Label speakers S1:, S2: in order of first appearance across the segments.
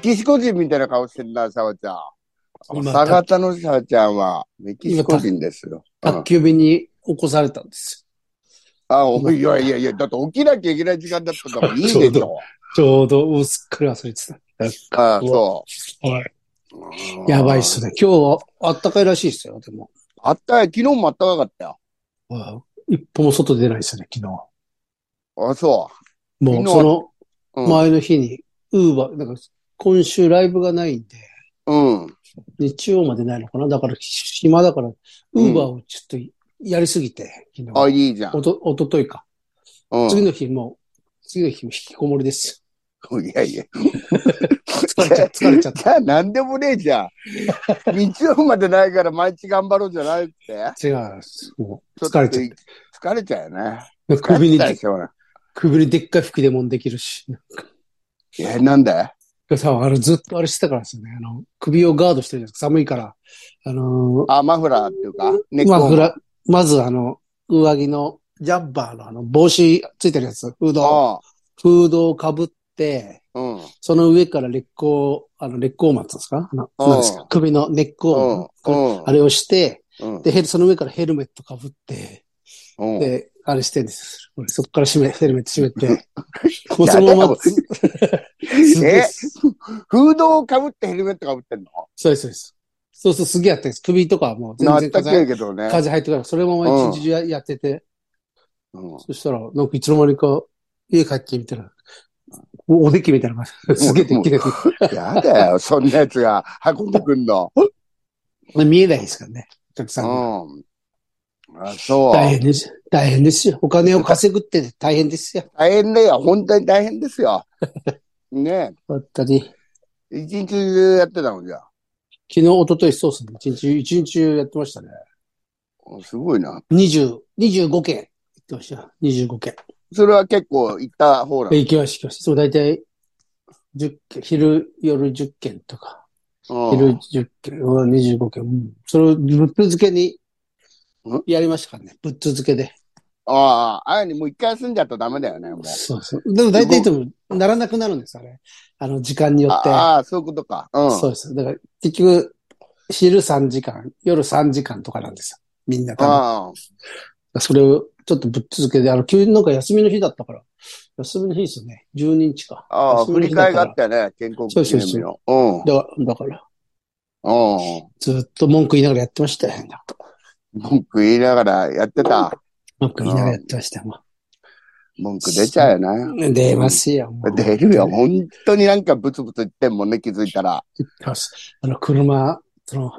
S1: キシコ人みたいな顔してるな、沢ちゃん。
S2: 今
S1: 佐賀田の沢ちゃんは、メキシコ人ですよ。う
S2: 宅
S1: ん
S2: 急便に起こされたんです
S1: あ、おいやいやいや、だって起きなきゃいけない時間だったんだもん。いいでし ょ。
S2: よ。ちょうど、もうすっかり忘れて
S1: あそ
S2: た。はい。
S1: う。
S2: やばいっすね。今日はあったかいらしいっすよ、でも。
S1: あったかい。昨日もあったかかったよ。
S2: うん一歩も外出ないっすね、昨日は。
S1: あ、そ
S2: も
S1: 昨
S2: う、
S1: 日は
S2: その
S1: う。うん。
S2: 前の日に、ウーバー、なんか、今週ライブがないんで、
S1: うん。
S2: 日曜までないのかなだから、暇だから、ウーバーをちょっとやりすぎて、昨
S1: あ、
S2: 日。
S1: いいじゃん。
S2: おと、おとといか。
S1: うん。
S2: 次の日も、次の日も引きこもりです。
S1: いやいや。
S2: 疲れちゃった、疲れちゃっ
S1: じゃあ何でもねえ じゃん。日曜までないから毎日頑張ろうじゃなくて。
S2: た。違うです。も
S1: ち
S2: う、
S1: ょっと
S2: 疲れちゃっ
S1: 疲れちゃうよね。
S2: た。首に
S1: 疲、れちゃうね。
S2: 首にでっかい吹き出物できるし。
S1: え、なんで
S2: さ、あれずっとあれしてたからですよね。あの、首をガードしてるじゃないですか。寒いから。あのー
S1: あ、マフラーっていうか、ネックウォーマ
S2: マ
S1: ー
S2: フラ、まずあの、上着のジャンパーのあの、帽子ついてるやつ、フード、
S1: ああ
S2: フードをかぶって、
S1: うん。
S2: その上から烈光を、あの、烈光松ですかあの、
S1: うん
S2: なんですか首のネックを、
S1: うん。
S2: あれをして、
S1: うん。
S2: で、ヘルその上からヘルメットかぶって、
S1: うん。
S2: で、あれしてるんです。俺そっから閉め、ヘルメット閉め て、もう
S1: や
S2: そのま
S1: で
S2: ま
S1: も、
S2: すすげえ
S1: えフードをかぶってヘルメットかぶってんの
S2: そうです、そうです。そうそう、すげえやってるんです。首とかはもう全
S1: なっ
S2: 然
S1: た
S2: 風
S1: けえ
S2: 邪
S1: けどね。
S2: 風邪入ってから、それまま一日中ややってて、
S1: うん
S2: そしたら、なんかいつの間にか家帰ってみたら、おおできみたいな感じ。すげえでっきれ
S1: やだよ、そんなやつが運んでく んの。
S2: 見えないですからね、お客さんが。
S1: うん。あ、そう。
S2: 大変です。大変ですよ。お金を稼ぐって大変ですよ。
S1: 大変だよ。本当に大変ですよ。ね
S2: 本当に。昨
S1: え。一日中やってたのじゃあ。
S2: 日、一昨日そうですね。一日中、一日中やってましたね。
S1: すごいな。
S2: 20、25件行ってました。25件。
S1: それは結構行った方な
S2: 行きました、行きました。そう、大体、10件、昼、夜10件とか、
S1: の。う
S2: 昼
S1: ん。
S2: 10件、うわ25件。うんそれをぶっ続けに
S1: ん、
S2: やりましたからね。ぶっ続けで。
S1: ああ、あやにもう一回休んじゃったらダメだよね、もう。
S2: そうそう。でも大体でも、ならなくなるんですよね。あの、時間によって。
S1: ああ、そういうことか。うん。
S2: そうです。だから、結局、昼3時間、夜3時間とかなんですよ。みんな多分
S1: ああ。
S2: それを、ちょっとぶっ続けで、あの、急になんか休みの日だったから。休みの日ですよね。12日か。
S1: あ
S2: 休
S1: あ、
S2: み
S1: 振
S2: の
S1: り
S2: 日だ
S1: 替
S2: っ
S1: えがあ
S2: た
S1: ったよね、健康記念日の。う
S2: ら。
S1: ん。
S2: だだから、
S1: うん。
S2: ずっと文句言いながらやってましたよ。なんか
S1: 文句言いながらやってた。
S2: 文句言いながらやってましたよ。も
S1: 文句出ちゃうよね。
S2: う出ますよ。もう
S1: 出るよ。本当になんかブツブツ言ってんもんね、気づいたら。
S2: 言ってますあの、車、その、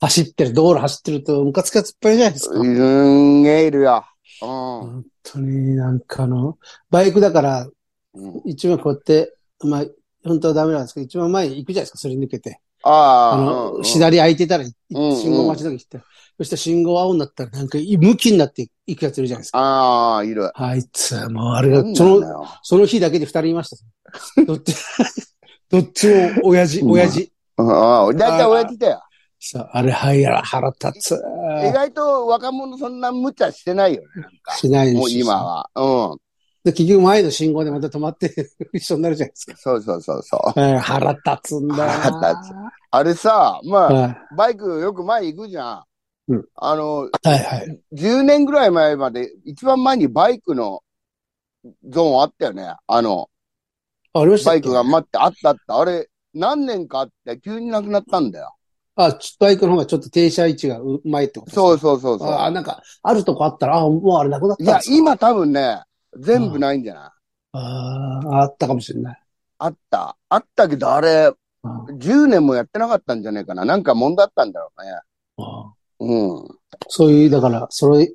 S2: 走ってる、道路走ってると、ムカつかつっぱいじゃないですか。
S1: うーんげえいるよ。うん
S2: 本当になんかあの、バイクだから、
S1: うん。
S2: 一番こうやって、まあ、本当はダメなんですけど、一番前に行くじゃないですか、それ抜けて。
S1: あ
S2: あ
S1: あ。
S2: の、
S1: うん
S2: 左空いてたら、
S1: うん
S2: 信号待ちの時って、そして信号青になったら、なんか、向きになって行くやついるじゃないですか。
S1: ああ、いる。
S2: あいつ、もうあれが
S1: なん、だ
S2: そ
S1: よ
S2: の、その日だけで二人いました。どっち、 どっちも親父、
S1: うん
S2: 親父。
S1: ああ、だいたい親父だよ。
S2: さあ、あれ、はいやら腹立つ。
S1: 意外と若者そんな無茶してないよね。
S2: しない
S1: もう
S2: し。
S1: 今は。うん。
S2: で結局前の信号でまた止まって、 一緒になるじゃないですか。
S1: そうそうそうそう。
S2: うん腹立つんだよな。
S1: 腹立あれさ、まあ、
S2: はい
S1: バイクよく前行くじゃん。
S2: うん
S1: あの、
S2: はいはい。
S1: 10年ぐらい前まで、一番前にバイクのゾーンあったよね。あの、
S2: あありましたっ
S1: バ
S2: け
S1: イクが待って、あったあった。あれ、何年かあって、急になくなったんだよ。
S2: あ、ちバイクの方がちょっと停車位置がうまいってことですか
S1: そうそうそうそう。
S2: あ、なんか、あるとこあったら、あ、もうあれなくなったん
S1: い
S2: で
S1: や、
S2: すか
S1: 今多分ね、全部ないんじゃない
S2: あーあったかもしれない。
S1: あった。あったけど、あれ、
S2: うん
S1: 10年もやってなかったんじゃねえかな。なんか問題あったんだろ
S2: うん
S1: うね。うん。
S2: そういう、だから、それ、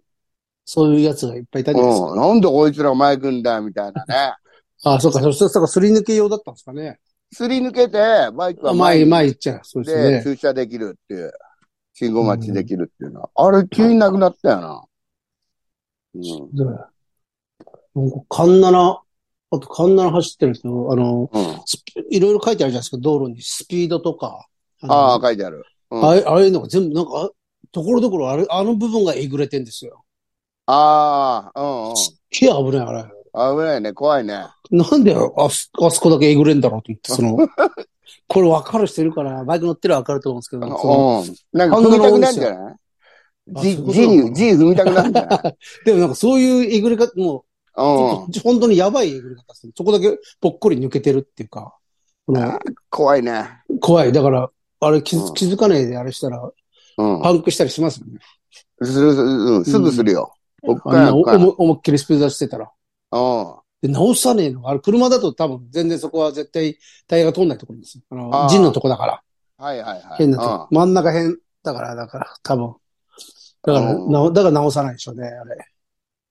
S2: そういうやつがいっぱいいたんじゃないですか。
S1: うん。なんでこいつら前行くんだよみたいなね。
S2: あそうか、そしたらすり抜け用だったんですかね。
S1: すり抜けて、バイクは
S2: 前、
S1: 前
S2: 前行っちゃう。そうです
S1: で
S2: ね。
S1: 駐車できるっていう、信号待ちできるっていうのは、あれ急になくなったよな。うん。
S2: だからなんか、カンナナ、あとカンナナ走ってると、あの、
S1: うん、
S2: スピいろいろ書いてあるじゃないですか、道路に。スピードとか。の
S1: ああ、書いてある。うん
S2: ああいうああいうのが全部、なんか、あところどころあれ、あの部分がえぐれてんですよ。
S1: ああ、うん、うん。
S2: すっげえ危ない、あれ。
S1: 危ないね、怖いね。
S2: なんであそあそこだけえぐれんだろうと思って、その、これ分かる人いるから、バイク乗ってる分かると思うんですけ
S1: あ
S2: ど、その
S1: のうん。なんか踏みたくなるんじゃない
S2: あ
S1: じ、
S2: そういうこと
S1: じに、じ踏みたくなるんじゃない
S2: でもなんかそういうえぐれ方、もう、ち ょっと本当にやばいえぐれ方する。そこだけぽっこり抜けてるっていうか、こ
S1: うん。
S2: の
S1: あ怖いね。
S2: 怖い。だから、あれ気
S1: う
S2: づ
S1: ん
S2: 気づかないであれしたら、
S1: うん。
S2: パンクしたりしますよね。
S1: する、するうん、すぐするよ。おっ
S2: あ
S1: か
S2: ん
S1: んや
S2: な
S1: お
S2: お
S1: っかんや
S2: 思思いっきりスピード出してたら。
S1: うん。
S2: で、直さねえの。あれ、車だと多分全然そこは絶対タイヤが通んないところですよ。あ
S1: あ
S2: の、
S1: ー
S2: ジンのとこだから。
S1: はいはいはい。
S2: 変なとこ。真ん中辺だから、だから、多分。だから、
S1: うん
S2: なおだから直さないでしょうね、あれ。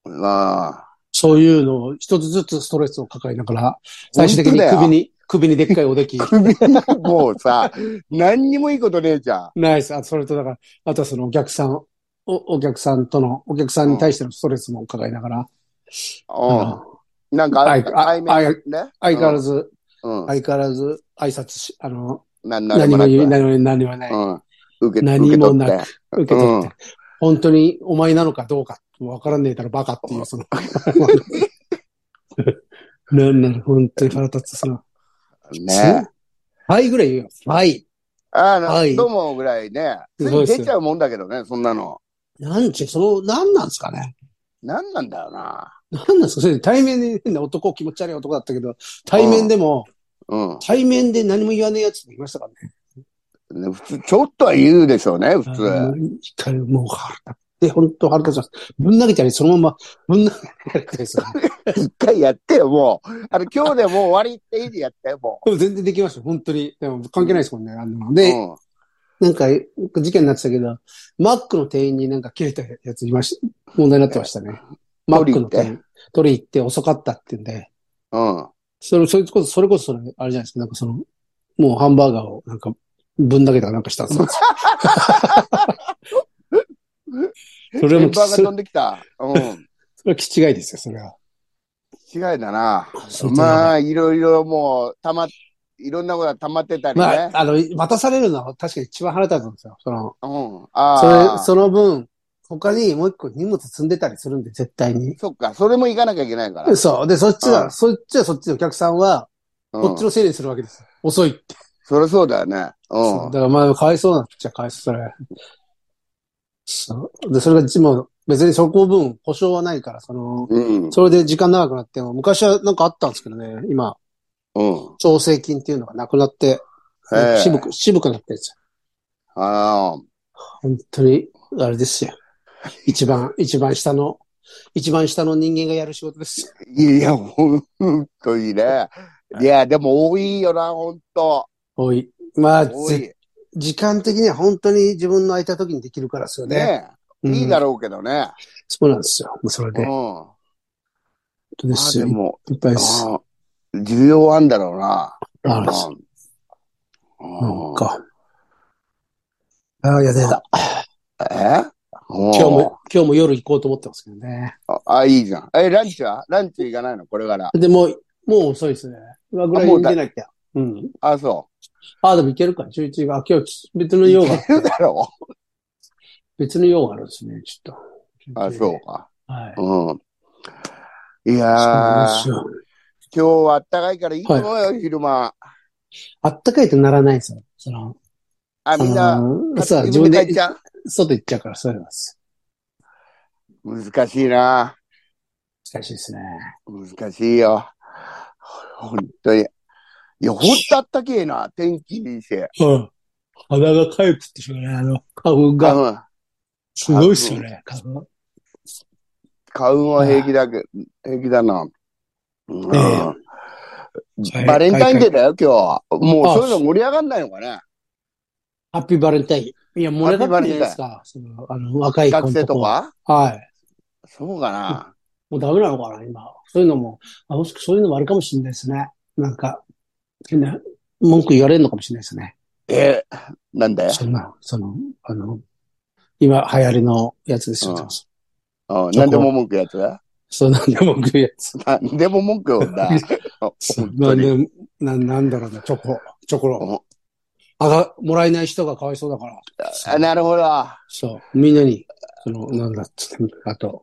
S1: うん。あ
S2: そういうのを一つずつストレスを抱えながら、最終的に
S1: 本当だよ
S2: 首に、首にでっかいおでき
S1: あ。。首なんかもうさ、何にもいいことねえじゃん。
S2: ナイス。あそれと、だから、あとはそのお客さん、お、お客さんとの、お客さんに対してのストレスも抱えながら、あ
S1: うん。なんか、
S2: 相
S1: あい
S2: 相
S1: ね。
S2: 相変わらず、
S1: うん。うん。
S2: 相変わらず挨拶し、あの、
S1: 何な
S2: 何も言う、
S1: い。
S2: 何も言う、何もない。
S1: うん。受け、
S2: 何もなく
S1: 受
S2: 受け
S1: け取って。
S2: 取っ
S1: うん
S2: て、本当にお前なのかどうか、わからねえだろ、バカっていう、そ の。なんなの、本当に腹立つさ。
S1: ね。
S2: はいぐらい言うよ。はい。
S1: あの、
S2: はい
S1: どうもぐらいね。す
S2: そう
S1: ぐ
S2: ですよ
S1: 出ちゃうもんだけどね、そんなの。
S2: なんちゅう、その、なんなんですかね。
S1: 何なんだよな。
S2: なんなんですかそれで対面で変な男、気持ち悪い男だったけど、対面でも、
S1: うん。
S2: 対面で何も言わねえやつもいましたからね。
S1: ね普通、ちょっとは言うでしょうね、普
S2: あ
S1: 通。
S2: の一回もう腹立って、本当腹立ちます。ぶん投げたり、そのまま、ぶん投げたりですよね。
S1: 一回やってよ、もう。あの、今日でもう終わりっていいでやってよ、も
S2: でも 全然できましたよ、本当に。でも関係ないですもんね、あんなの。
S1: う。
S2: で、
S1: うん
S2: なんか、事件になってたけど、マックの店員になんか切れたやついまし、問題になってましたね。マックの店員。取り行って遅かったって言うんで、
S1: うん。
S2: それ、それこそ、それこそそれ、あれじゃないですか、なんかその、もうハンバーガーをなんか、ぶん投げたかなんかしたんです よ。それ
S1: メ
S2: も
S1: ン
S2: き
S1: バーが
S2: それ
S1: 飛んできた。うん。
S2: それは気違いですよ、それは。
S1: 違いだな。
S2: そう
S1: まあ、いろいろもう、たま、いろんなことが溜まってたりね。
S2: まあ、あの、渡されるのは確かに一番腹立つんですよ。その、
S1: うん。
S2: そ
S1: ああ。
S2: れ、その分、他にもう一個荷物積んでたりするんで、絶対に。
S1: そっか、それも行かなきゃいけないから。
S2: そう。で、そっち
S1: う
S2: は、
S1: ん
S2: そっちはそっちのお客さんは、
S1: うん
S2: こっちのせいにするわけですよ。遅いって。
S1: そりゃそうだよね。。
S2: そううんだからまあ、かわいそうなっちゃかわいそう、それ。そう。で、それが、もう別にそこ分保証はないから、その、
S1: うん。
S2: それで時間長くなっても、昔はなんかあったんですけどね、今、
S1: うん。
S2: 調整金っていうのがなくなって、
S1: ええ
S2: 渋く、渋くなってるんですよ。
S1: あ
S2: 本当に、あれですよ。一番、一番下の、一番下の人間がやる仕事ですよ。
S1: あ。いや、ほんといいね。いや、でも多いよな、ほんと。
S2: おい。まあ、
S1: 多
S2: ぜ
S1: い。
S2: 時間的には本当に自分の空いた時にできるからですよね。
S1: ね
S2: う
S1: え。
S2: ん
S1: いいだろうけどね。
S2: そうなんですよ。もうそれ
S1: う
S2: で。
S1: ん。
S2: 本
S1: ま
S2: 当で
S1: あ
S2: す
S1: で
S2: よ。
S1: も、
S2: いっぱいです。
S1: ああ需要あんだろうな。
S2: あるんです
S1: うん
S2: なんか。ああ、やだやだ。
S1: え今
S2: 今日も、今日も夜行こうと思ってますけどね。
S1: あ、いいじゃん。え、ランチはランチ行かないのこれから。
S2: でもう、もう遅いですね。今ぐらいに出なきゃ。うん。
S1: あ、そ
S2: ああ、でもいけるか。11時が、あ今日別の
S1: う。
S2: 用があ
S1: 行
S2: って
S1: け、るだろ
S2: 別の用があるんですね。ちょっ
S1: う。
S2: と。
S1: あ、そう。か。
S2: はい。
S1: うん。
S2: そ
S1: い
S2: う
S1: や
S2: なん
S1: ー
S2: です。よ
S1: 今日はあったかいからいいと思うよ、昼間。
S2: あったかいとならないんですよ。その、
S1: あ、みん
S2: あ
S1: な、
S2: のー
S1: 勝手
S2: そう、
S1: に
S2: 自分
S1: 迎
S2: で
S1: えちゃう
S2: 外行っちゃうから、そうなんです。
S1: 難しいな。
S2: 難しいですね。
S1: 難しいよ。本当に。いや、ほんとあったけえな。天気いいし。
S2: うん。鼻が痒くってしょうがない。あの、花粉
S1: 花
S2: が。
S1: 粉、
S2: すごいっすよね、花粉。
S1: 花粉は平気だけ、平気だな。うん
S2: ええ
S1: バレンタインデーだよ、今日。も
S2: あ
S1: うそういうの盛り上がんないのかね。
S2: ハッピーバレンタイン。いや、盛り上がってるじゃないですか。その、あの、若い子の
S1: 学生とか
S2: はい。
S1: そうかな。
S2: もうダメなのかな、今。そういうのも、あもしくそういうのもあるかもしれないですね。なんか、変な、文句言われるのかもしれないですね。
S1: え、なんで
S2: そんな、その、あの、今流行りのやつですよ。
S1: うんうん何でも文句やつ
S2: そうなんで文句言うやつ。
S1: 何でも文句をだ。
S2: な
S1: 本当
S2: ん
S1: に。
S2: で、ななんだろうな、チョコ、チョコ
S1: うん
S2: ロ。あが、もらえない人がかわいそうだから。
S1: あなるほど。
S2: そう。みんなに、その、なんだっつって、あと、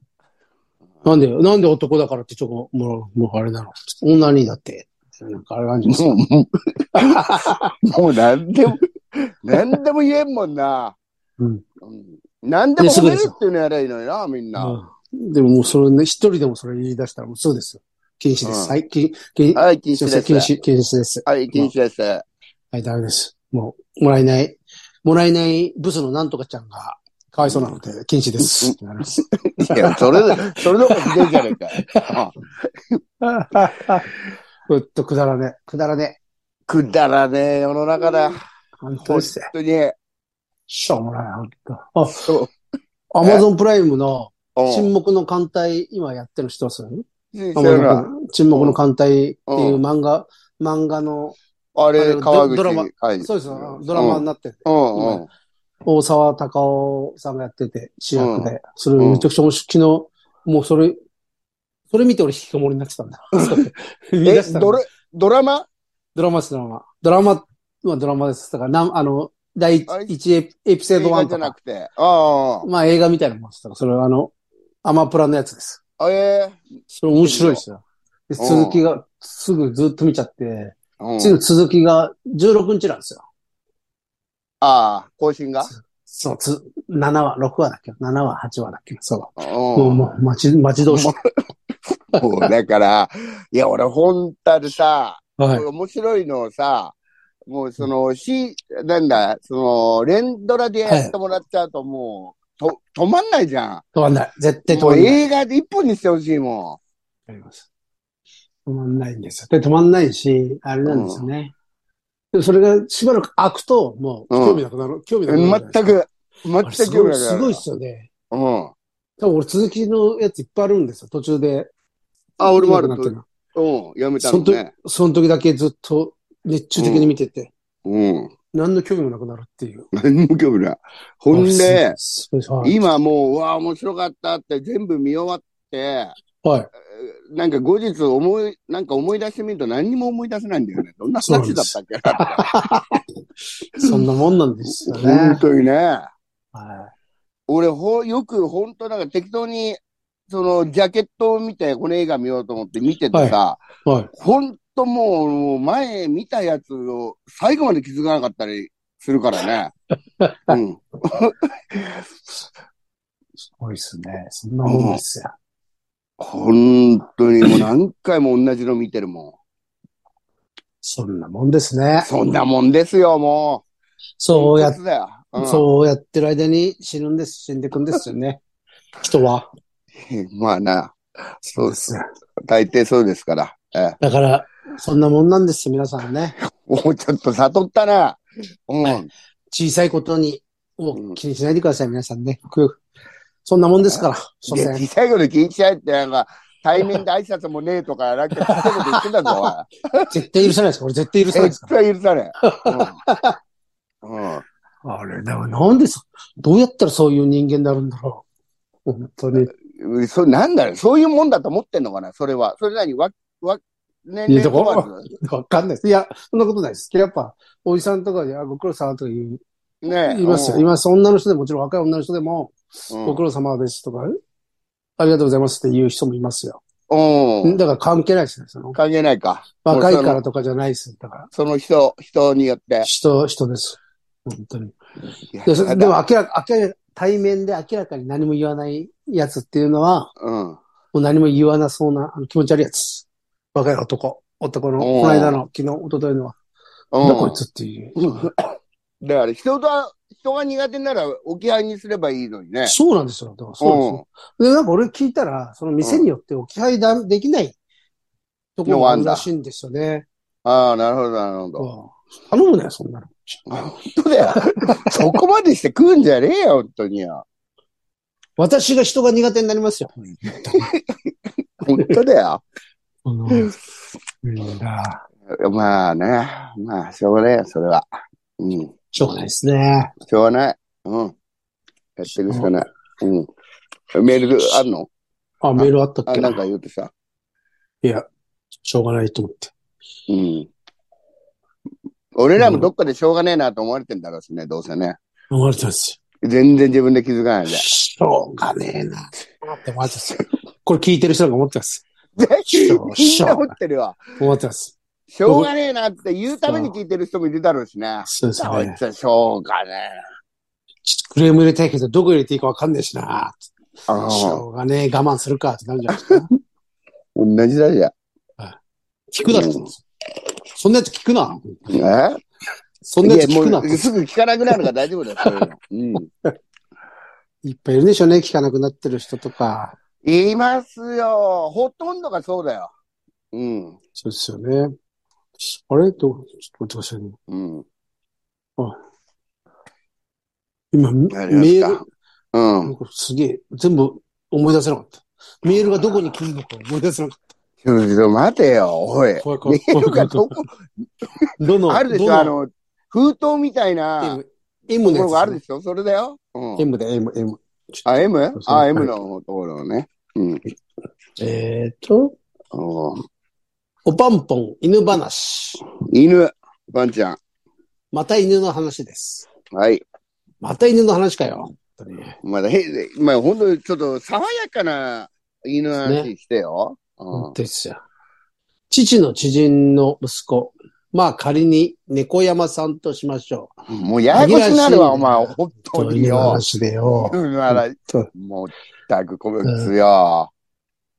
S2: なんで、なんで男だからってチョコもらう、もうあれなの女にだって、なんかあれがあるんじゃないです
S1: もう、もう、もう何でも、何でも言えんもんな。
S2: うん
S1: うん。何でも褒めるっていうのやりゃいいのにな、みん
S2: か。
S1: な。
S2: うんでももうそれね、一人でもそれ言い出したらもうそうですよ。禁止で
S1: うん
S2: す。はい、禁禁
S1: はい、禁止
S2: すいません禁
S1: です。
S2: 止、禁止です。
S1: はい、禁止です。
S2: はい、ダメです。もう、もらえない、もらえないブスのなんとかちゃんが、かわいそうなので、禁止です。なり ます
S1: いや、それ、それの方がひどいじゃねえか。
S2: うっと、くだらねえ。くだらね
S1: くだらねえ世の中だ。本
S2: え。本当ですよ。
S1: 当に。
S2: しょうもない、本当。あ、
S1: そう。
S2: アマゾンプライムの
S1: うん
S2: 沈黙の艦隊、今やってる人ですよね。
S1: 人
S2: アマゾン
S1: 生
S2: プライ
S1: な。
S2: ム沈黙の艦隊っていう
S1: う
S2: 漫画、漫画の、
S1: あ
S2: あ
S1: れ、
S2: の
S1: 川口。
S2: ドラマ
S1: はい。
S2: そうですよ、ドラマになってて、
S1: うん
S2: 今
S1: うん。
S2: 大沢たかおさんがやってて、主役で、それ
S1: うん
S2: めちゃくちゃ面白い。昨日、もうそれ、それ見て俺引きこもりになってたん だ。見
S1: え
S2: 出した、の
S1: ドラ、ドラマ
S2: ドラマです、ドラマ。ドラマはドラマです。だから、なん、あの、第
S1: あれ
S2: 1エピエピソード
S1: 映画
S2: 1
S1: じゃ
S2: と
S1: な
S2: か、
S1: くて。あ
S2: まあ映画みたいなもんです。だから、それはあの、アマプラのやつです。
S1: あ。え
S2: それ面白いですよ。で
S1: うん
S2: 続きが、すぐずっと見ちゃって、
S1: え。うん
S2: 次の続きが16日なんですよ。
S1: ああ、更新が
S2: そう、つ、7話、6話だっけ ?7 話、8話だっけそうう。もう、
S1: ん。
S2: もう、待ち、待ち遠しい。
S1: もうだから、いや、俺、本当でさ、
S2: はい。
S1: 面白いのをさ、もうその、し、なんだ、その、連ドラでやってもらっちゃうともう、と、止まんないじゃん。
S2: 止まんない。絶対止
S1: も
S2: ま
S1: うん
S2: ない。
S1: 映画で一本にしてほしいも
S2: わかります止まんないんですよ。で、止まんないし、あれなんですよね。でもそれがしばらく開くと、もう、
S1: うん
S2: 興味なくなる。興味
S1: ん。
S2: なくなる。
S1: 全。く、全
S2: あれ
S1: く
S2: す
S1: 興味
S2: ごい、
S1: なくな
S2: す
S1: る
S2: ごいっすよね。
S1: うん。
S2: 多分俺続きのやついっぱいあるんですよ。途中で。
S1: あ俺もある
S2: 見なくなってる
S1: うん、やめたのね。
S2: その時だけずっと熱中的に見てて、
S1: うん。
S2: 何の興味もなくなるっていう。
S1: 何も興味ない。ほんで、
S2: すごいすごい
S1: 今もう、うわあ、面白かったって全部見終わって、
S2: はい。はい。
S1: なんか後日思い、なんか思い出してみると何にも思い出せないんだよね。どんな話だったっけな
S2: そんなもんなんですよ
S1: 本
S2: ね。
S1: 当にね。
S2: は
S1: 俺ほ、よく本当なんか適当に、その、ジャケットを見て、この映画見ようと思って見ててさ、
S2: い。はい。
S1: 本当もう、もう前見たやつを最後まで気づかなかったりするから ね。うん。
S2: すごいっすね。そんなもんですよ。
S1: 本当にもう何回も同じの見てるも
S2: そんなもんですね
S1: ん。。そんなもんですよ、もう。
S2: そうやっ
S1: 一発だよ。うん
S2: そうやってる間に死ぬんです、死んでいくんですよね。 人は。
S1: まあな、そう
S2: す。
S1: 大抵そうですから。ええ
S2: だから、そんなもんなんですよ、皆さんね。
S1: おちょっと悟ったな。うん。
S2: 小さいことに、もう気にしないでください、皆さんね。よくよくそんなもんですから、所
S1: で、
S2: 詮。
S1: 小さい頃禁止し合いって、なんか、対面で挨拶もねえとか、なんか、小さいこと言ってたぞ、お
S2: 絶対許さないです。これ絶 対許さない
S1: い。
S2: です
S1: 絶
S2: か
S1: 対許さねえ。うん。うん。
S2: ら。あれ、でもなんでそ、どうやったらそういう人間になるんだろう。本当に。
S1: そなんだろう、そういうもんだと思ってんのかな、それは。それなに、わ、わ、年齢問わず。
S2: わかんないです。いや、そんなことないです。やっぱ、おじさんとかで、あ、ご苦労さんとか言う、
S1: ねえ。
S2: 言いますよ。
S1: うん
S2: います。女の人でも、もちろん若い女の人でも、
S1: うん
S2: ご苦労様ですとか、ありがとうございますって言う人もいますよ。
S1: うん。
S2: だから関係ないですね。その
S1: 関係ないか。
S2: 若いからとかじゃないです。だか
S1: その人、人によって
S2: ら、。人、人です。本当に。
S1: いや
S2: でそ
S1: ただ
S2: でも明らか、明らか、対面で明らかに何も言わないやつっていうのは、
S1: うん。
S2: もう何も言わなそうなあの気持ち悪いやつ。若い男。男の、
S1: おう
S2: この間の、昨日、一昨日のは、
S1: うん
S2: どこいつっていう。
S1: だから人が、人が苦手なら置き配にすればいいのにね。
S2: そうなんですよ。だからそうなんですよ。で、なんか俺聞いたら、その店によって置き配だできないところがあるらしいんですよね。
S1: ああ、なるほど、なるほど。
S2: うん頼むね、そんなの。
S1: 本当 だよ。そこまでして食うんじゃねえよ、本当によ。
S2: 私が人が苦手になりますよ。
S1: 本当だよ。
S2: うんだ。
S1: まあね。まあ、しょうがないよ、それは。うん。し
S2: しょうがないですね。
S1: ょうがない。うん。やっていくしかない。うん。メールあんの
S2: あ、メールあったっ
S1: あ、
S2: け
S1: な
S2: なん
S1: か言うとさ。
S2: いや、しょうがないと思って。
S1: うん。俺らもどっかでしょうがねえなと思われてんだろうしね、どうせね。
S2: 思われてます
S1: 全然自分で気づかない
S2: よ。
S1: で。
S2: しょうがねえな。って思われて ますよ。これ聞いてる人が思ってます。
S1: で
S2: しょう
S1: みんな掘ってるわ。
S2: 思ってます。
S1: しょうがねえなって言うために聞いてる人もいるだろうしね。
S2: そうです
S1: こい
S2: ね。
S1: つはしょうがね
S2: ちょっとクレーム入れたいけど、どこ入れていいかわかんねえしな。
S1: え。あ
S2: し
S1: あ、
S2: ょうがねえ、我慢するかってなるじゃないですか。
S1: 同じだじゃ。
S2: 聞くだろ、そんなやつ聞くな。
S1: え
S2: そん
S1: い
S2: なや
S1: や、
S2: つ聞く
S1: も
S2: な。
S1: うすぐ聞かなくなるから大丈夫だよそういうの。うん。
S2: いっぱいいるでしょうね、聞かなくなってる人とか。
S1: いますよ。ほとんどがそうだよ。うん。
S2: そうですよね。あれどう、ちょっと待ってくださいね。
S1: うん。
S2: 今、
S1: あり
S2: メ
S1: ま
S2: ー
S1: す
S2: ル
S1: か。、うん。
S2: なんかすげえ、全部思い出せなかった。メールがどこに来るのか思い出せなかっ
S1: ちょっと待てよ、おい
S2: た。。怖い怖
S1: メ
S2: い怖い
S1: ール
S2: 怖
S1: が
S2: い
S1: どこ、
S2: どの、
S1: あるでし
S2: ど
S1: ょ、あの、封筒みたいな
S2: M、M
S1: と
S2: のや
S1: ころ
S2: つ
S1: があるでしょ、それだよ。うん。
S2: M で M、M。ちょっ
S1: あ、M?
S2: そうそう
S1: あ、M のところね。うん。
S2: とえーっと、
S1: おー
S2: おぱんぽん、犬話。
S1: 犬、ワンちゃん。
S2: また犬の話です。
S1: はい。
S2: また犬の話かよ。本当に
S1: まだ、へまあ、ほんと、ちょっと、爽やかな犬の話してよ。
S2: 本当ですよ。父の知人の息子。まあ仮に猫山さんとしましょ
S1: うん。もう、ややこしくなるわ、お前、本
S2: う。と
S1: 当に
S2: いう
S1: よ。
S2: 話でよ。
S1: うんなら
S2: と
S1: もう、全くこいつよ。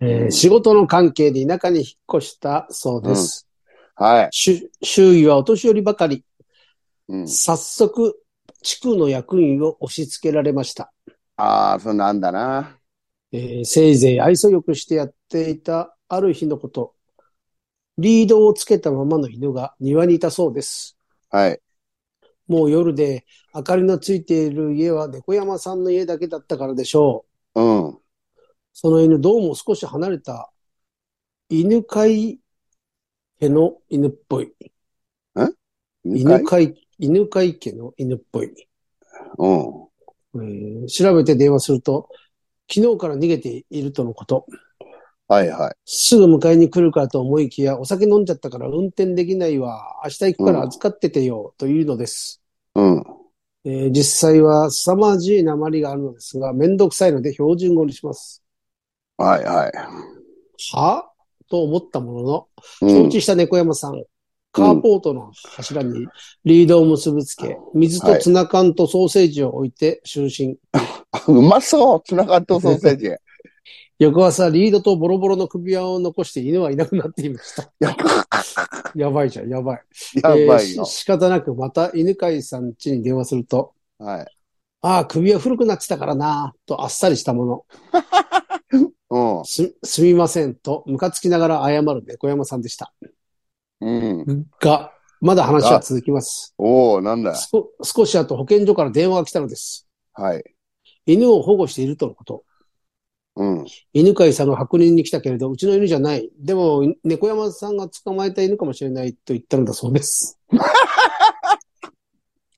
S2: えー仕事の関係で田舎に引っ越したそうです。
S1: はい。
S2: し周囲はお年寄りばかり、
S1: うん。
S2: 早速、地区の役員を押し付けられました。
S1: ああ、そうなんだな。
S2: えーせいぜい愛想よくしてやっていたある日のこと、リードをつけたままの犬が庭にいたそうです。
S1: はい。
S2: もう夜で、明かりのついている家は猫山さんの家だけだったからでしょう。
S1: うん。
S2: その犬、どうも少し離れた、犬飼い家の犬っぽい。
S1: 犬
S2: 犬
S1: い
S2: 飼い、犬飼い家の犬っぽい。
S1: うん。
S2: えー調べて電話すると、昨日から逃げているとのこと。
S1: はいはい。
S2: すぐ迎えに来るかと思いきや、お酒飲んじゃったから運転できないわ。明日行くから預かっててよ、というのです。
S1: うん。
S2: えー実際は凄まじい鉛があるのですが、めんどくさいので標準語にします。
S1: はいはい。
S2: はと思ったものの、
S1: う
S2: 承
S1: ん。
S2: 知した猫山さん、カーポートの柱にリードを結びつけ、水とツナ缶とソーセージを置いて就寝。
S1: うまそうツナ缶とソーセージ。い
S2: 翌朝、リードとボロボロの首輪を残して犬はいなくなっていました。
S1: や、
S2: やばいじゃん、やばい。
S1: やばい
S2: えー
S1: よ
S2: し。仕方なくまた犬飼いさん家に電話すると、
S1: はい。
S2: ああ、首輪古くなってたからな、とあっさりしたもの。
S1: うん。
S2: す、すみませんと、ムカつきながら謝る猫山さんでした。
S1: うん。
S2: が、まだ話は続きます。
S1: おおなんだ。
S2: そ少し後、保健所から電話が来たのです。
S1: はい。
S2: 犬を保護しているとのこと。
S1: うん。
S2: 犬飼さんが確認に来たけれど、うちの犬じゃない。でも、猫山さんが捕まえた犬かもしれないと言ったのだそう です。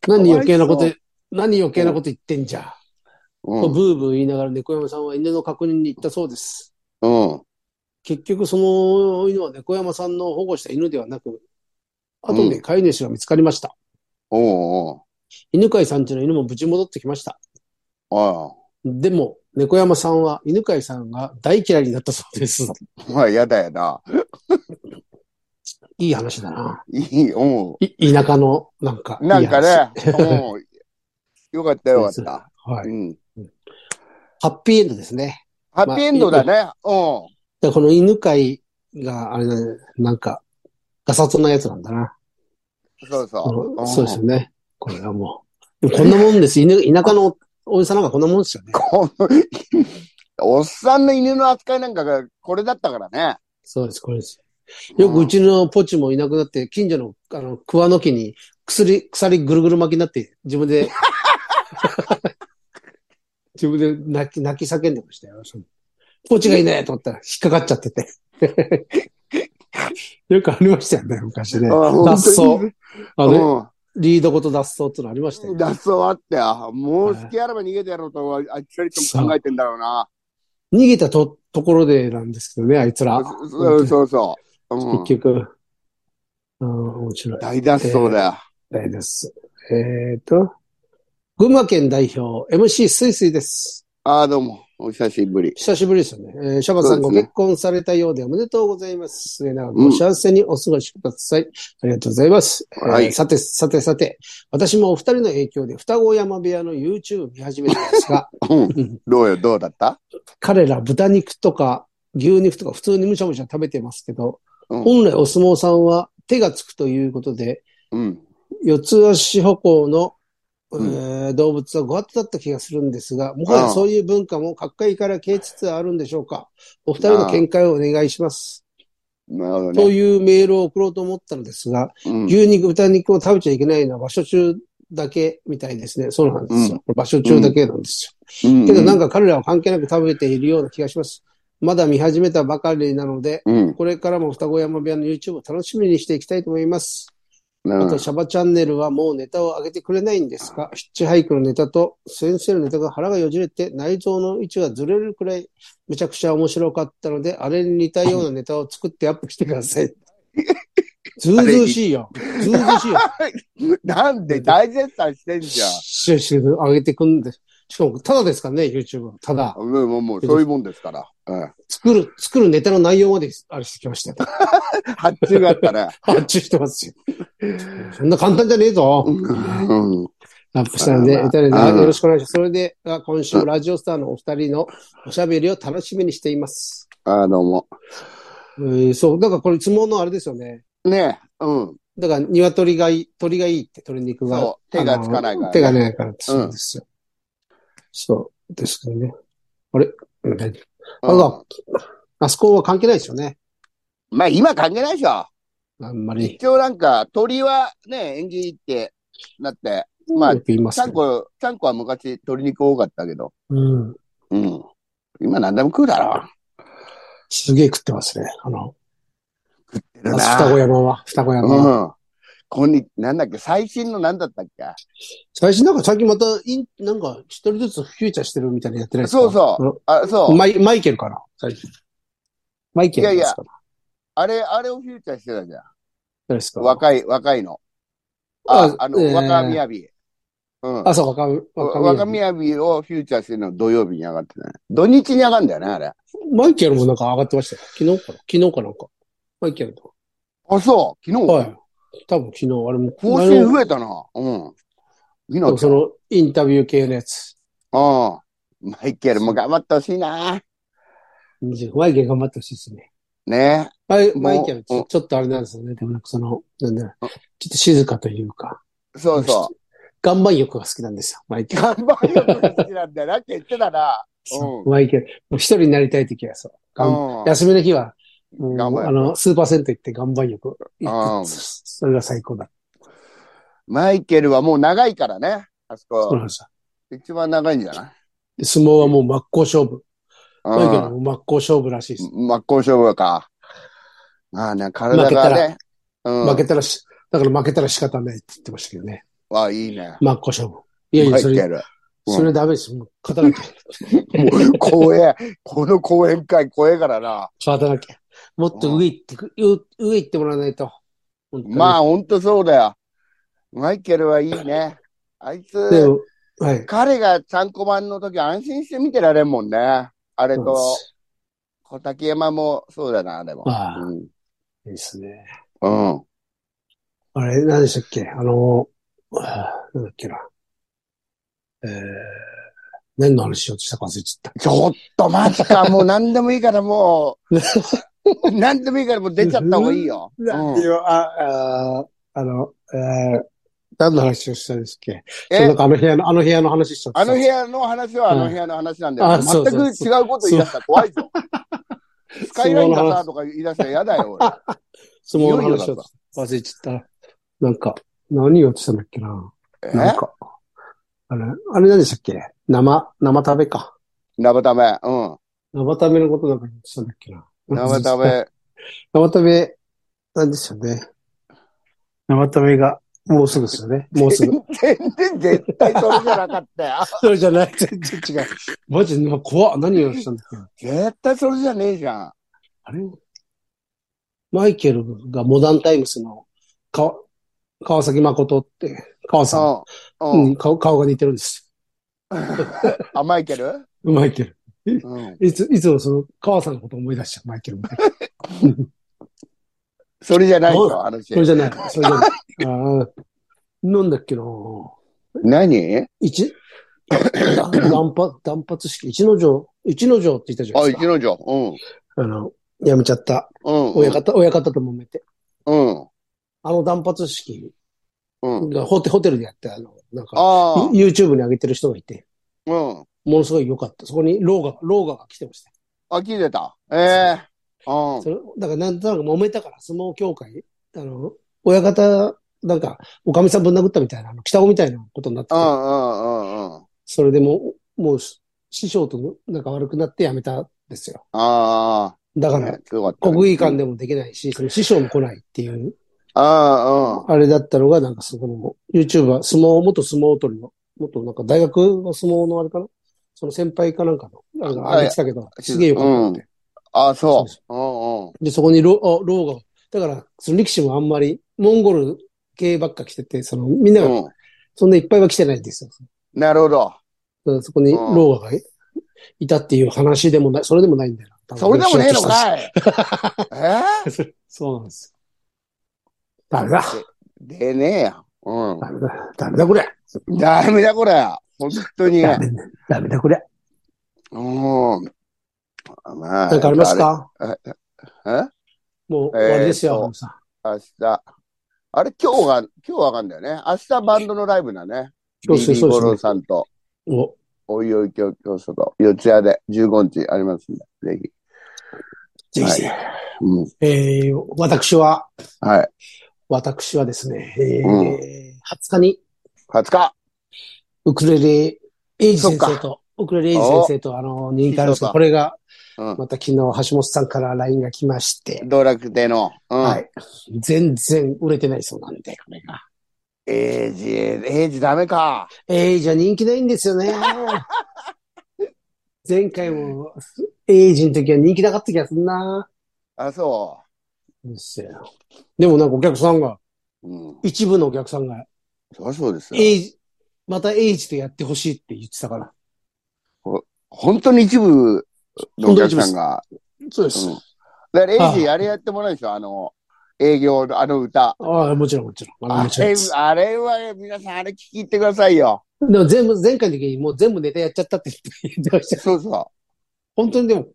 S2: 何余計なこと
S1: かわい、
S2: 何余計なこと言ってんじゃ。
S1: う
S2: と
S1: ん。
S2: ブーブー言いながら猫山さんは犬の確認に行ったそうです。
S1: うん。
S2: 結局その犬は猫山さんの保護した犬ではなく、後で飼い主が見つかりました。
S1: おう
S2: 犬飼さんちの犬も無事戻ってきました。
S1: おうあ
S2: でも、猫山さんは犬飼さんが大嫌いになったそう です。
S1: あ。まあ、やだやだ。
S2: いい話だな。
S1: いい、うん。
S2: い田舎の、なんか。
S1: なん
S2: い
S1: か
S2: い話。
S1: ね、うん。よかったよかった。
S2: は
S1: う
S2: い。
S1: ん。
S2: ハッピーエンドですね。
S1: ハッピーエンドだね。うん。
S2: だからこの犬飼が、あれだね、なんか、ガサツなやつなんだな。
S1: そうそう。
S2: こ
S1: ん
S2: のそうですよね。これはもう。でもこんなもんです。犬、田舎のおじさんなんかこんなもんですよね。
S1: この、おっさんの犬の扱いなんかがこれだったからね。
S2: そうです、これです。よくうちのポチもいなくなって、近所の、あの、桑の木に、薬、鎖ぐるぐる巻きになって、自分で、 自分で泣き、泣き叫んでましたよ。そのポチがいないと思ったら、引っかかっちゃってて。 よくありましたよね、昔ね。
S1: あ本
S2: 脱
S1: 当
S2: 走
S1: に。
S2: あのね、リードごと脱走ってのありました
S1: う
S2: よ
S1: ん。
S2: ね。
S1: 脱走あって、あもう隙あらば逃げてやろうとは、あっちりとも考えてんだろうな。
S2: 逃げたと、ところでなんですけどね、あいつら。
S1: そそうそうそう。うん、
S2: 結局。うん、面白い。
S1: 大脱走だよ。
S2: 大です。えっ、と、群馬県代表、MC スイスイです。
S1: ああ、どうも。お久しぶり。
S2: 久しぶりですよね。えー、シャバさん
S1: そ
S2: ご
S1: うですね
S2: 結婚されたようでおめでとうございます。末永くお幸せにお過ごしください。ありがとうございます。えー
S1: はい
S2: さて、さて、さて、私もお二人の影響で双子山部屋の YouTube を見始めたんですが、
S1: うん。どうよ、どうだった
S2: 彼ら豚肉とか牛肉とか普通にむしゃむしゃ食べてますけど、
S1: うん
S2: 本来お相撲さんは手がつくということで、
S1: うん。
S2: 四つ足歩行の、
S1: うん
S2: えー動物はご法度だった気がするんですが、もはやそういう文化も各界から消えつつあるんでしょうか。お二人の見解をお願いします。
S1: なるほど
S2: と
S1: ね。
S2: いうメールを送ろうと思ったのですが、
S1: うん
S2: 牛肉、豚肉を食べちゃいけないのは場所中だけみたいですね。そうなんですよ。
S1: うん
S2: これ場所中だけなんですよ。
S1: うん
S2: けどなんか彼らは関係なく食べているような気がします。まだ見始めたばかりなので、
S1: うん。
S2: これからも双子山部屋の YouTube を楽しみにしていきたいと思います。
S1: な
S2: あ
S1: るほ
S2: と、
S1: ど
S2: シャバチャンネルはもうネタを上げてくれないんですが、ヒッチハイクのネタと先生のネタが腹がよじれて内臓の位置がずれるくらいめちゃくちゃ面白かったので、あれに似たようなネタを作ってアップしてくださ い。ずうずうしいよ。ずうずうしいよ。
S1: なんで大絶賛してん じゃん。
S2: しし上げてくんで。しかも、ただですからね、YouTube は。ただ。
S1: うんもう、もう、そういうもんですから。うん。
S2: 作る、作るネタの内容まで、あれしてきましたよ。
S1: 発注があったね。
S2: 発注してますよ。そんな簡単じゃねえぞ。
S1: うん。
S2: ラップしたんで、
S1: まあ
S2: エタリ
S1: まあ
S2: アン
S1: うん
S2: よろしくお願いします。それでは、今週もラジオスターのお二人のおしゃべりを楽しみにしています。
S1: あ、どうも。
S2: えーそう、だからこれ相撲のあれですよね。
S1: ねえ、うん。
S2: だから、鶏がいい、鳥がいいって、鶏肉が。
S1: そう手がつかない
S2: あ
S1: からね
S2: の手がないからって、そうですよ。そうですけどね。あれなんかあ
S1: うん
S2: と、あそこは関係ないですよね。
S1: まあ、今関係ないでしょ。
S2: あんまり。
S1: 一応なんか、鳥はね、縁起いいってなって、まあ
S2: よく言いま
S1: ちゃ
S2: す
S1: ん
S2: ね。
S1: こ、ちゃんこは昔鶏肉多かったけど、
S2: うん。
S1: うん。今何でも食うだろ。
S2: すげえ食ってますね。あの、
S1: な
S2: 双子山は、双子山は。
S1: うん。こんに、なんだっけ、最新の何だったっけ
S2: 最新なんか最近またイン、なんか一人ずつフューチャーしてるみたいなのやってないですか
S1: そうそう。あ、そうう。
S2: マイマイケルかな最近。マイケルですか
S1: いやいやあれ、あれをフューチャーしてたじゃん。
S2: 誰ですか
S1: 若い、若いの。あ、あの、
S2: えー
S1: 若みやび。うん。
S2: あ、そう、若み、
S1: 若み
S2: 宮
S1: やびをフューチャーしてるの土曜日に上がってない。土日に上がるんだよね、あれ。
S2: マイケルもなんか上がってましたよ。昨日かな昨日かなんか。マイケルと。
S1: あ、そう。昨日。
S2: はい。多分昨日、あれも、
S1: 更新増えたな。うん。
S2: 前
S1: みの
S2: の
S1: ち
S2: そ
S1: ゃん。
S2: のインタビュー系のやつ。
S1: うん。マイケルも頑張ってほしいな。
S2: マイケル頑張ってほしいですね。
S1: ね
S2: マイ
S1: もう
S2: マイケルち
S1: う
S2: ょ、
S1: ん
S2: ちょっとあれなんですよね。でもなんかその、なんだろうちょっと静かというか。
S1: そうそう。
S2: 岩盤浴が好きなんですよ、マイケル。
S1: 岩盤浴が好きなんだよなって言ってたな。
S2: そう
S1: うん
S2: マイケル。もう一人になりたいときはそう。岩盤
S1: う。
S2: 休みの日は、うんん
S1: 頑
S2: あ
S1: 張れ。
S2: の、スーパーセント行って岩盤浴行
S1: うん
S2: く。それが最高だ。
S1: マイケルはもう長いからね。あそ
S2: そうな
S1: こ
S2: ん。ですよ
S1: 一番長いんじゃない
S2: で相撲はもう真っ向勝負。マイケル
S1: う
S2: も真っ向勝負らしいです。
S1: ん。真っ向勝負か。まあね、体
S2: 負け
S1: が
S2: た
S1: ね
S2: ら。
S1: うん。
S2: 負けたらし、だから負けたら仕方ないって言ってましたけどね。
S1: わ、いいね。
S2: 真っ向勝負。いやい
S1: マ
S2: や、
S1: イ
S2: そ
S1: ケ
S2: れ、
S1: ル。うん
S2: それダメです。もう勝たなきゃ。
S1: もう、怖え。この講演会怖えからな。
S2: 勝たなきゃ。もっと上行ってく、上行ってもらわないと。本当に
S1: まあ、、ほんとそうだよ。マイケルはいいね。あい
S2: で
S1: つ、
S2: も、はい。
S1: 彼がちゃんこ版の時安心して見てられんもんね。あれ
S2: そうなんで
S1: と、
S2: す
S1: 小竹山もそうだな、でも。
S2: ああ、
S1: う
S2: いいですね。
S1: ん。うん。
S2: あれ、何でしたっけあの、あーなんだっけな。えー、何の話しようとしたか忘れちゃっ
S1: ちょっとマジか、もう何でもいいからもう、 何でもいいからもう出ちゃった方がいいよ。うん
S2: た。あ、あー、あの、えー、何の話をしたんですっけそうな
S1: え
S2: ん、かあの部屋の、あの部屋の話しちゃった。
S1: あの部屋の話はあの部屋の話なんだ
S2: うん
S1: よ。
S2: あそう
S1: 全
S2: そ
S1: く違
S2: うそう
S1: うこと言い出したら怖いぞ。スカイラインがさ、とか言い出したら嫌だよ、俺。
S2: 相撲の
S1: いよいよ
S2: 話
S1: だ
S2: を忘れちゃった。なんか、何をしたんだっけな。なんか、あれ、あれ何でしたっけ生、生食べか。
S1: え生食べ。うん。
S2: 生食べのことなんか言ってたんだっけな。
S1: 生食 べ。
S2: 生食べ、なんですよね。生食べが、もうすぐですよね。もうすぐ。
S1: 全然絶対それじゃなかったよ。
S2: それじゃない、全然違う。マジで、もう怖っ。何をしたんだっけ
S1: 絶対それじゃねえじゃん。
S2: あれマイケルがモダンタイムスの、か、川崎誠って、川さ、
S1: うんん。う。
S2: うんん、顔、顔が似てるんです。
S1: あ、マイケル
S2: マイケル。
S1: うん。
S2: いつ、いつもその、川さんのこと思い出しちゃう、マイケルも。
S1: それじゃない
S2: どう
S1: と、
S2: だ
S1: 話
S2: そ。れじゃない、それじゃない。ああ。なんだっけな
S1: 何
S2: 一、断断髪、断髪式、一の城、一の城って言ったじゃな
S1: あ、
S2: い
S1: 一
S2: ですか。
S1: の城。うん。
S2: あの、やめちゃった。
S1: うん。
S2: 親方、親方と揉めて。
S1: うん。
S2: あの断髪式
S1: うん。
S2: がホテホテルでやって、あの、なんか、
S1: あ
S2: YouTube に上げてる人がいて、
S1: あ。うん。
S2: ものすごい良かった。そこにローガ、ローガが来てました。
S1: あ、聞いてた。ええ
S2: それ、だからなんとなく揉めたから、相撲協会、あの、親方、なんか、おかみさんぶん殴ったみたいな、あの、北尾みたいなことになって
S1: うん。う
S2: て、
S1: んうんうんうん。
S2: それでもう、もう、し師匠となんか悪くなって辞めたんですよ。
S1: あ
S2: だ
S1: あ。
S2: か
S1: ね
S2: ら、
S1: すごかった。
S2: 国技館でもできないし、その師匠も来ないっていう、
S1: あ
S2: あれだったのが、なんかそこの、YouTuber、相撲、元相撲取りの、元なんか大学の相撲のあれかなその先輩かなんかの、あの、
S1: はい
S2: あれ来たけど、すげえよかったって。
S1: あ。ああ、そ。
S2: そう
S1: うんうん。
S2: で、そこにロあローが、だから、その力士もあんまり、モンゴル系ばっか来てて、その、みんなが、
S1: うん。
S2: そんないっぱいは来てないんですよ。
S1: なるほど。
S2: だからそこに
S1: うん
S2: ローガがいたっていう話でもない、それでもないんだよな。多分
S1: それでもねえのかいえ
S2: そうなんですよ。ダメだ。
S1: えでねえや。うん。
S2: ダメだ。ダメだこれ。
S1: ダメだこれ。本当 に。
S2: ダメだ。ダメだこれ。
S1: うん。まあ。
S2: なんかありますか
S1: え
S2: もう終わりです
S1: えー
S2: よ、
S1: と
S2: ハムさん。
S1: 明日。あれ、今日が、今日はあかんだよね。明日バンドのライブだね。
S2: そうですね
S1: ビ
S2: そ
S1: ビ
S2: うで
S1: ゴ
S2: すね
S1: ロさんと、
S2: お、
S1: おいおい教教祖と、四ツ谷で15日ありますんで、ぜひ。
S2: ぜひぜひ。
S1: うん。
S2: えー、私は、
S1: はい。
S2: 私はですね、えー
S1: うん
S2: 20日に
S1: 20日。
S2: ウクレレ、エイジ先
S1: そ
S2: 生
S1: っ
S2: と、ウクレレエイジ先生とあの、人気あるんですけ
S1: いい人だ
S2: ど、これが、
S1: うん
S2: また昨日橋本さんから LINE が来まして、
S1: 道楽亭の。うん。
S2: はい。全然売れてないそうなんで、これが。
S1: エイジ、エイジダメか。
S2: エイジは人気ないんですよ ね。前回も、エイジの時は人気なかった気がするな。
S1: あ、そ
S2: そうですよでもなんかお客さんが、
S1: う。うん。
S2: 一部のお客さんが、
S1: そりゃそうですよ。
S2: エイジ、またエイジとやってほしいって言ってたから。
S1: 本当に一部のお客さんが。
S2: そうで
S1: うん。だからエイジ、あれやってもらうでしょ、あの、営業のあの歌。
S2: ああ、もちろんもちろん。あの
S1: あ
S2: もちろん
S1: れ
S2: です、
S1: あれは、皆さん、あれ聞き入ってくださいよ。
S2: でも全部、前回の時にもう全部ネタやっちゃったって言って言ってました。
S1: そうそう。
S2: 本当にでも、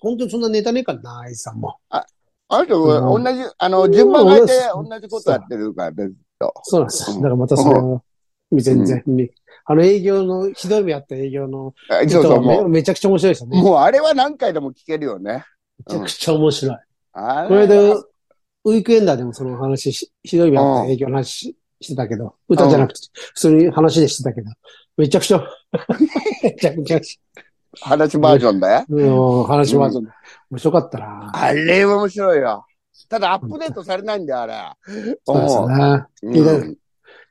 S2: 本当にそんなネタねえからな、アイさんも。
S1: あの人、
S2: うん
S1: 同じ、あの、順番変えて
S2: うん
S1: 同じことやってるからね、ずっと。
S2: そうなんです
S1: う
S2: よ。だ
S1: ん
S2: からまたその、全然、あの営業の、ひどい目あった営業の、
S1: あそうそう、
S2: め
S1: も
S2: めちゃくちゃ面白いですよ
S1: う、
S2: ね。
S1: もうあれは何回でも聞けるよね。
S2: めちゃくちゃ面白い。
S1: あれ
S2: これで、ウィークエンダーでもその話し、ひどい目あった営業の話ししてたけど、歌じゃなくて、普通に話でしてたけど、めちゃくちゃ、めちゃくちゃ、
S1: 話バージョンだよ。
S2: うん、話は、面白かったな。
S1: あれは面白いよ。ただ、アップデートされないんだよ、あれ。
S2: そうですよ
S1: う
S2: ね。
S1: うん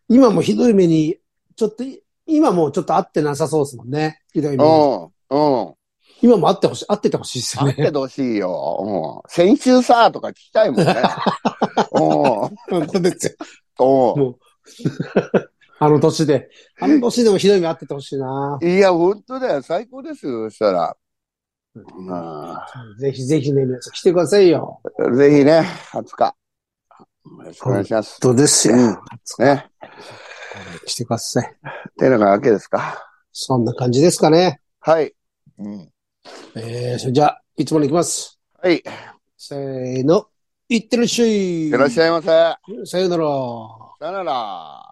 S2: 今もひどい目に、ちょっとい、今もちょっと会ってなさそうですもんね。ひどい目に。
S1: うん。うん。
S2: 今も会ってほしい、会っててほしいですよ
S1: あっ
S2: ね。
S1: てほしいよ。うん。先週さ、とか聞きたいも んね。う
S2: 本当ですよ。
S1: ん。う
S2: もう、 あの年で、あの年でもひどい目会っててほしいな。
S1: ん。いや、本当だよ。最高ですよ、そしたら。うん。
S2: ぜひぜひね、皆さん来てくださいよ。
S1: ぜひね、20日。よろしくお願いします。
S2: どうです
S1: よね。
S2: 来てください。
S1: てなわけですか。
S2: そんな感じですかね。
S1: はい。うん。
S2: えー、それじゃあ、いつものいきます。
S1: はい。い
S2: せーの。いってらっしゃい。
S1: ってらっしゃいませ。さ
S2: さようなら。
S1: よなら。